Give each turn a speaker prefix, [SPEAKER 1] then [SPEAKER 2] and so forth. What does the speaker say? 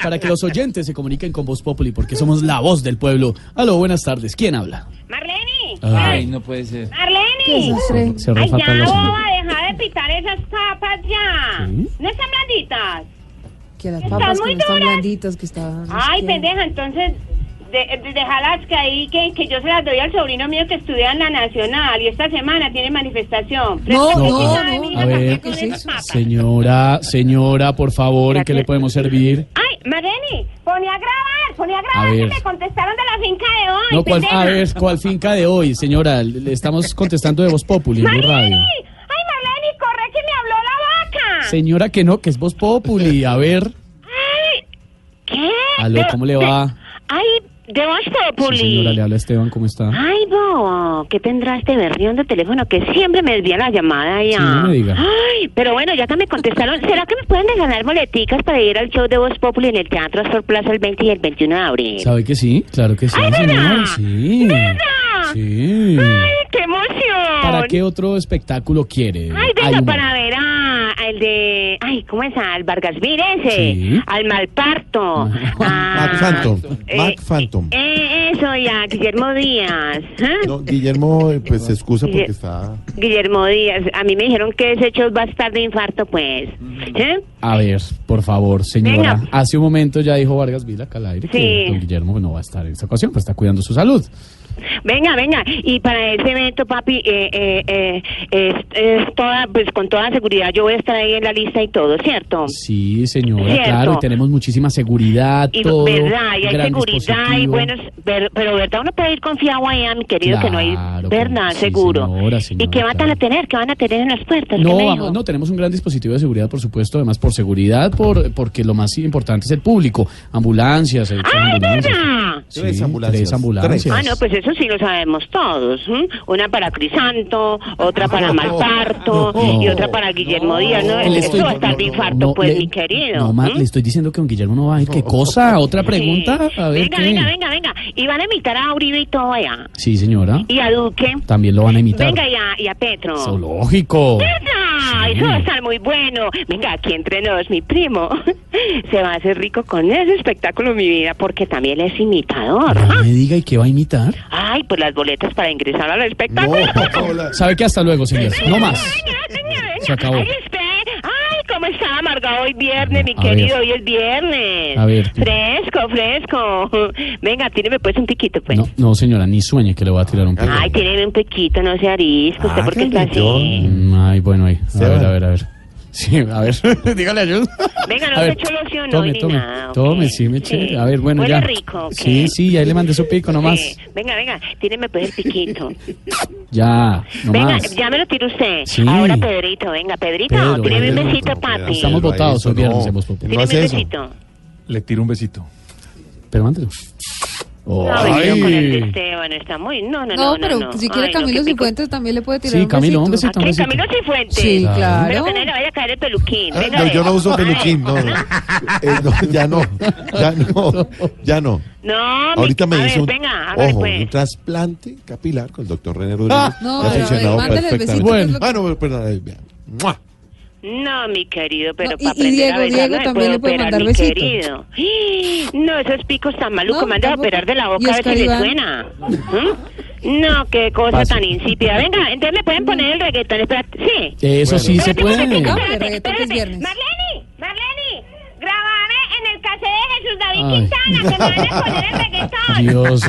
[SPEAKER 1] Para que los oyentes se comuniquen con Voz Populi, porque somos la voz del pueblo. Aló, buenas tardes. ¿Quién habla?
[SPEAKER 2] Marlene,
[SPEAKER 1] Ay,
[SPEAKER 3] no puede ser.
[SPEAKER 2] Marlene.
[SPEAKER 1] Se
[SPEAKER 2] Ay,
[SPEAKER 1] refacan
[SPEAKER 2] ya,
[SPEAKER 1] los-
[SPEAKER 2] boba, deja de pitar esas papas ya. No están blanditas.
[SPEAKER 4] Que las
[SPEAKER 2] Están
[SPEAKER 4] papas
[SPEAKER 2] muy
[SPEAKER 4] que no están
[SPEAKER 2] duras.
[SPEAKER 4] blanditas, que están...
[SPEAKER 2] Ay,
[SPEAKER 4] que-
[SPEAKER 2] pendeja, entonces de, de- déjalas que ahí, que, que yo se las doy al sobrino mío que estudia en la Nacional y esta semana tiene manifestación.
[SPEAKER 4] No,
[SPEAKER 2] Préstame
[SPEAKER 4] no,
[SPEAKER 2] esa de
[SPEAKER 4] no,
[SPEAKER 2] mi
[SPEAKER 4] no,
[SPEAKER 1] a
[SPEAKER 2] hija
[SPEAKER 1] ver,
[SPEAKER 2] también
[SPEAKER 4] ¿qué
[SPEAKER 2] con
[SPEAKER 4] es
[SPEAKER 2] esas
[SPEAKER 4] eso?
[SPEAKER 2] papas.
[SPEAKER 1] Señora, señora, por favor, ¿en qué le podemos servir?
[SPEAKER 2] Ay, Marlene, ponía a grabar, ponía a grabar
[SPEAKER 1] A
[SPEAKER 2] que
[SPEAKER 1] ver.
[SPEAKER 2] me contestaron de la finca de hoy.
[SPEAKER 1] No, ¿cuál,
[SPEAKER 2] pendeja.
[SPEAKER 1] a ver, ¿cuál finca de hoy, señora? Le le estamos contestando de Voz Populi, en Blue
[SPEAKER 2] Marlene,
[SPEAKER 1] Radio.
[SPEAKER 2] ay, Marlene, corre que me habló la vaca.
[SPEAKER 1] Señora, que no, que es Voz Populi. A ver,
[SPEAKER 2] Ay, ¿qué?
[SPEAKER 1] Aló, ¿cómo le va?
[SPEAKER 2] de- ay, de Voz
[SPEAKER 1] Sí,
[SPEAKER 2] Populi.
[SPEAKER 1] señora, le habla Esteban, ¿cómo está?
[SPEAKER 2] Ay, bobo, ¿qué tendrá este berrión de teléfono que siempre me desvía la llamada ya?
[SPEAKER 1] Sí, no me diga.
[SPEAKER 2] Ay, pero bueno, ya que me contestaron, ¿será que me pueden regalar boleticas para ir al show de Voz Populi en el Teatro Astor Plaza el 20 y el 21 de abril?
[SPEAKER 1] ¿Sabe que sí? Claro que sí,
[SPEAKER 2] Ay, ¿verdad?
[SPEAKER 1] señora, sí.
[SPEAKER 2] ¿Verdad?
[SPEAKER 1] Sí.
[SPEAKER 2] ¡Ay, qué emoción!
[SPEAKER 1] ¿Para qué otro espectáculo quiere?
[SPEAKER 2] Ay, venga,
[SPEAKER 1] Hay un-
[SPEAKER 2] para ver a, al de... Ay, ¿cómo es? Al Vargas Videse,
[SPEAKER 1] Sí. Ah.
[SPEAKER 2] al Malparto. a-
[SPEAKER 5] Mac Phantom.
[SPEAKER 2] eh,
[SPEAKER 5] Mac Phantom.
[SPEAKER 2] eh, eso, ya, Guillermo Díaz. ¿ah?
[SPEAKER 5] No, Guillermo, eh, pues se excusa porque
[SPEAKER 2] Guille-
[SPEAKER 5] está.
[SPEAKER 2] Guillermo Díaz, a mí me dijeron que ese show va a estar de infarto, pues.
[SPEAKER 1] Mm.
[SPEAKER 2] ¿Eh?
[SPEAKER 1] A ver, por favor, señora.
[SPEAKER 2] Venga.
[SPEAKER 1] Hace un momento ya dijo Vargas Vila acá al aire que
[SPEAKER 2] Sí.
[SPEAKER 1] don Guillermo no va a estar en esta ocasión, pues está cuidando su salud.
[SPEAKER 2] Venga, venga. Y para ese evento, papi, eh, eh, eh, es, es toda, pues con toda seguridad yo voy a estar ahí en la lista y todo, ¿cierto?
[SPEAKER 1] Sí, señora,
[SPEAKER 2] Cierto.
[SPEAKER 1] claro, y tenemos muchísima seguridad,
[SPEAKER 2] Y
[SPEAKER 1] todo.
[SPEAKER 2] verdad, y hay
[SPEAKER 1] gran
[SPEAKER 2] seguridad y
[SPEAKER 1] dispositivo.
[SPEAKER 2] buenos, pero, pero verdad uno puede ir confiado allá, mi querido, que no hay
[SPEAKER 1] Claro,
[SPEAKER 2] verdad,
[SPEAKER 1] sí,
[SPEAKER 2] seguro.
[SPEAKER 1] señora, señora,
[SPEAKER 2] ¿Y qué van
[SPEAKER 1] claro.
[SPEAKER 2] a tener? ¿Qué van a tener en las puertas? ¿Qué
[SPEAKER 1] No,
[SPEAKER 2] me
[SPEAKER 1] vamos-
[SPEAKER 2] dijo?
[SPEAKER 1] no, tenemos un gran dispositivo de seguridad, por supuesto, además por seguridad, por porque lo más importante es el público, ambulancias, eh,
[SPEAKER 2] ¡Ay,
[SPEAKER 1] ambulancias.
[SPEAKER 2] Ah, verdad!
[SPEAKER 1] Sí,
[SPEAKER 5] Tres ambulancias.
[SPEAKER 1] tres ambulancias.
[SPEAKER 5] Tres.
[SPEAKER 2] Ah, no, pues eso sí lo sabemos todos. ¿m? Una para Crisanto, otra para Malparto
[SPEAKER 1] no,
[SPEAKER 2] y otra para Guillermo Díaz. ¿no?
[SPEAKER 1] Le
[SPEAKER 2] Eso
[SPEAKER 1] estoy-
[SPEAKER 2] va a estar de
[SPEAKER 5] no, no,
[SPEAKER 2] infarto,
[SPEAKER 1] No,
[SPEAKER 2] pues,
[SPEAKER 1] le-
[SPEAKER 2] mi querido. ¿Mm?
[SPEAKER 1] no, ma-
[SPEAKER 2] ¿m?
[SPEAKER 1] le estoy diciendo que don Guillermo no va a ir. ¿Qué cosa? ¿Otra pregunta?
[SPEAKER 2] Sí.
[SPEAKER 1] A ver
[SPEAKER 2] venga,
[SPEAKER 1] qué.
[SPEAKER 2] venga, venga, venga. Y van a invitar a Uribe y todo allá.
[SPEAKER 1] Sí, señora.
[SPEAKER 2] Y a Duque.
[SPEAKER 1] También lo van a imitar.
[SPEAKER 2] Venga, y a, y a Petro.
[SPEAKER 1] Eso, lógico.
[SPEAKER 2] ¡Verdad!
[SPEAKER 1] Sí.
[SPEAKER 2] Eso va a estar muy bueno. Venga, aquí entre nos, mi primo. Se va a hacer rico con ese espectáculo, mi vida, porque también es imitador.
[SPEAKER 1] No me diga y qué va a imitar.
[SPEAKER 2] Ay, pues las boletas para ingresar al
[SPEAKER 5] No,
[SPEAKER 2] espectáculo.
[SPEAKER 5] hola.
[SPEAKER 1] Sabe que hasta luego, señor. No más.
[SPEAKER 2] Venga, venga, venga.
[SPEAKER 1] Se acabó.
[SPEAKER 2] Ay, espere. Ay, cómo está amargado hoy viernes, mi
[SPEAKER 1] A
[SPEAKER 2] querido.
[SPEAKER 1] ver.
[SPEAKER 2] Hoy es viernes.
[SPEAKER 1] A ver.
[SPEAKER 2] Fresco, fresco. Venga, tíreme pues un piquito, pues.
[SPEAKER 1] No, no, señora, ni sueñe que le voy a tirar un poco.
[SPEAKER 2] Ay, tíreme un piquito, no sea arisco. ¿Usted
[SPEAKER 5] Ah,
[SPEAKER 2] por qué
[SPEAKER 5] qué
[SPEAKER 2] está así?
[SPEAKER 5] gritón.
[SPEAKER 1] Mm, Ay, bueno, ahí. A
[SPEAKER 5] Seba.
[SPEAKER 1] ver, a ver, a ver. Sí, a ver. Dígale ayuda.
[SPEAKER 2] Venga, no
[SPEAKER 1] A
[SPEAKER 2] se
[SPEAKER 1] ver,
[SPEAKER 2] choloseó, no,
[SPEAKER 1] Tome,
[SPEAKER 2] ni
[SPEAKER 1] tome.
[SPEAKER 2] nada, ¿ok?
[SPEAKER 1] Tome, sí, me
[SPEAKER 2] Sí.
[SPEAKER 1] eché. A ver, bueno,
[SPEAKER 2] Huele
[SPEAKER 1] ya.
[SPEAKER 2] rico, ¿ok?
[SPEAKER 1] Sí, sí, ahí le mandé su pico nomás.
[SPEAKER 2] Sí. Venga, venga, tíreme pues el piquito.
[SPEAKER 1] Ya,
[SPEAKER 2] venga,
[SPEAKER 1] nomás.
[SPEAKER 2] ya me lo tira usted.
[SPEAKER 1] Sí.
[SPEAKER 2] Ahora, Pedrito, venga, Pedrito,
[SPEAKER 1] Pedro,
[SPEAKER 2] tíreme un
[SPEAKER 1] Pedro,
[SPEAKER 2] besito,
[SPEAKER 5] Pedro,
[SPEAKER 2] papi.
[SPEAKER 1] Estamos
[SPEAKER 5] Pero
[SPEAKER 1] votados
[SPEAKER 5] eso
[SPEAKER 1] hoy viernes
[SPEAKER 5] no.
[SPEAKER 1] en Voz Populi.
[SPEAKER 2] Tíreme
[SPEAKER 5] No hace
[SPEAKER 2] un
[SPEAKER 5] eso.
[SPEAKER 2] besito.
[SPEAKER 3] Le tiro un besito.
[SPEAKER 1] Pero mándelo. Oh,
[SPEAKER 2] No, venga, con el de
[SPEAKER 1] ay.
[SPEAKER 2] Esteban, está muy... No, no, no,
[SPEAKER 4] No,
[SPEAKER 2] no,
[SPEAKER 4] pero
[SPEAKER 2] no.
[SPEAKER 4] si quiere
[SPEAKER 2] Ay, no,
[SPEAKER 4] Camilo
[SPEAKER 2] qué pico.
[SPEAKER 4] Cifuentes también le puede tirar
[SPEAKER 1] Sí,
[SPEAKER 4] un
[SPEAKER 1] Camilo, un
[SPEAKER 4] besito.
[SPEAKER 1] besito,
[SPEAKER 2] ¿A
[SPEAKER 1] un
[SPEAKER 2] quién?
[SPEAKER 1] besito.
[SPEAKER 2] Camilo Cifuentes.
[SPEAKER 4] Sí,
[SPEAKER 1] Claro.
[SPEAKER 2] Pero
[SPEAKER 4] claro.
[SPEAKER 2] que no le vaya a caer el peluquín.
[SPEAKER 5] Ah,
[SPEAKER 2] Venga,
[SPEAKER 5] no,
[SPEAKER 2] ve.
[SPEAKER 5] yo no uso
[SPEAKER 2] Ay,
[SPEAKER 5] peluquín, no. no. Eh, no, ya no, ya no, ya no.
[SPEAKER 2] No, mi-
[SPEAKER 5] Ahorita
[SPEAKER 2] a
[SPEAKER 5] me hizo
[SPEAKER 2] ver,
[SPEAKER 5] un,
[SPEAKER 2] venga, hágale
[SPEAKER 5] ojo,
[SPEAKER 2] pues.
[SPEAKER 5] un trasplante capilar con el doctor René Rodríguez.
[SPEAKER 4] Ah, No,
[SPEAKER 5] Me ha
[SPEAKER 4] pero,
[SPEAKER 5] funcionado
[SPEAKER 4] a ver, mándale el besito,
[SPEAKER 5] perfectamente.
[SPEAKER 4] que es lo que-
[SPEAKER 5] Ah, no, perdón. eh, vea. ¡Mua!
[SPEAKER 2] No, mi querido, pero
[SPEAKER 4] No, y-
[SPEAKER 2] para
[SPEAKER 4] y
[SPEAKER 2] aprender
[SPEAKER 4] Diego,
[SPEAKER 2] a besar
[SPEAKER 4] Diego
[SPEAKER 2] no se
[SPEAKER 4] también le puede
[SPEAKER 2] operar,
[SPEAKER 4] mandar
[SPEAKER 2] mi
[SPEAKER 4] besito.
[SPEAKER 2] querido. No, esos picos tan malucos,
[SPEAKER 4] No,
[SPEAKER 2] manda a
[SPEAKER 4] tampoco.
[SPEAKER 2] operar de la
[SPEAKER 4] Y
[SPEAKER 2] boca a ver
[SPEAKER 4] Oscar
[SPEAKER 2] si le
[SPEAKER 4] Iván.
[SPEAKER 2] suena. ¿Mm? No, qué cosa
[SPEAKER 1] Pase.
[SPEAKER 2] tan insípida. Venga, entonces me pueden poner el reggaetón, espérate, sí.
[SPEAKER 1] Eso sí se
[SPEAKER 2] Espérate,
[SPEAKER 1] puede.
[SPEAKER 2] espérate,
[SPEAKER 4] No,
[SPEAKER 2] espérate,
[SPEAKER 4] el reggaetón que es
[SPEAKER 2] espérate.
[SPEAKER 4] viernes.
[SPEAKER 2] Marlene, Marlene, grabame en el cassette de Jesús David
[SPEAKER 1] Ay.
[SPEAKER 2] Quintana, que me van a poner el reggaetón.
[SPEAKER 1] Dios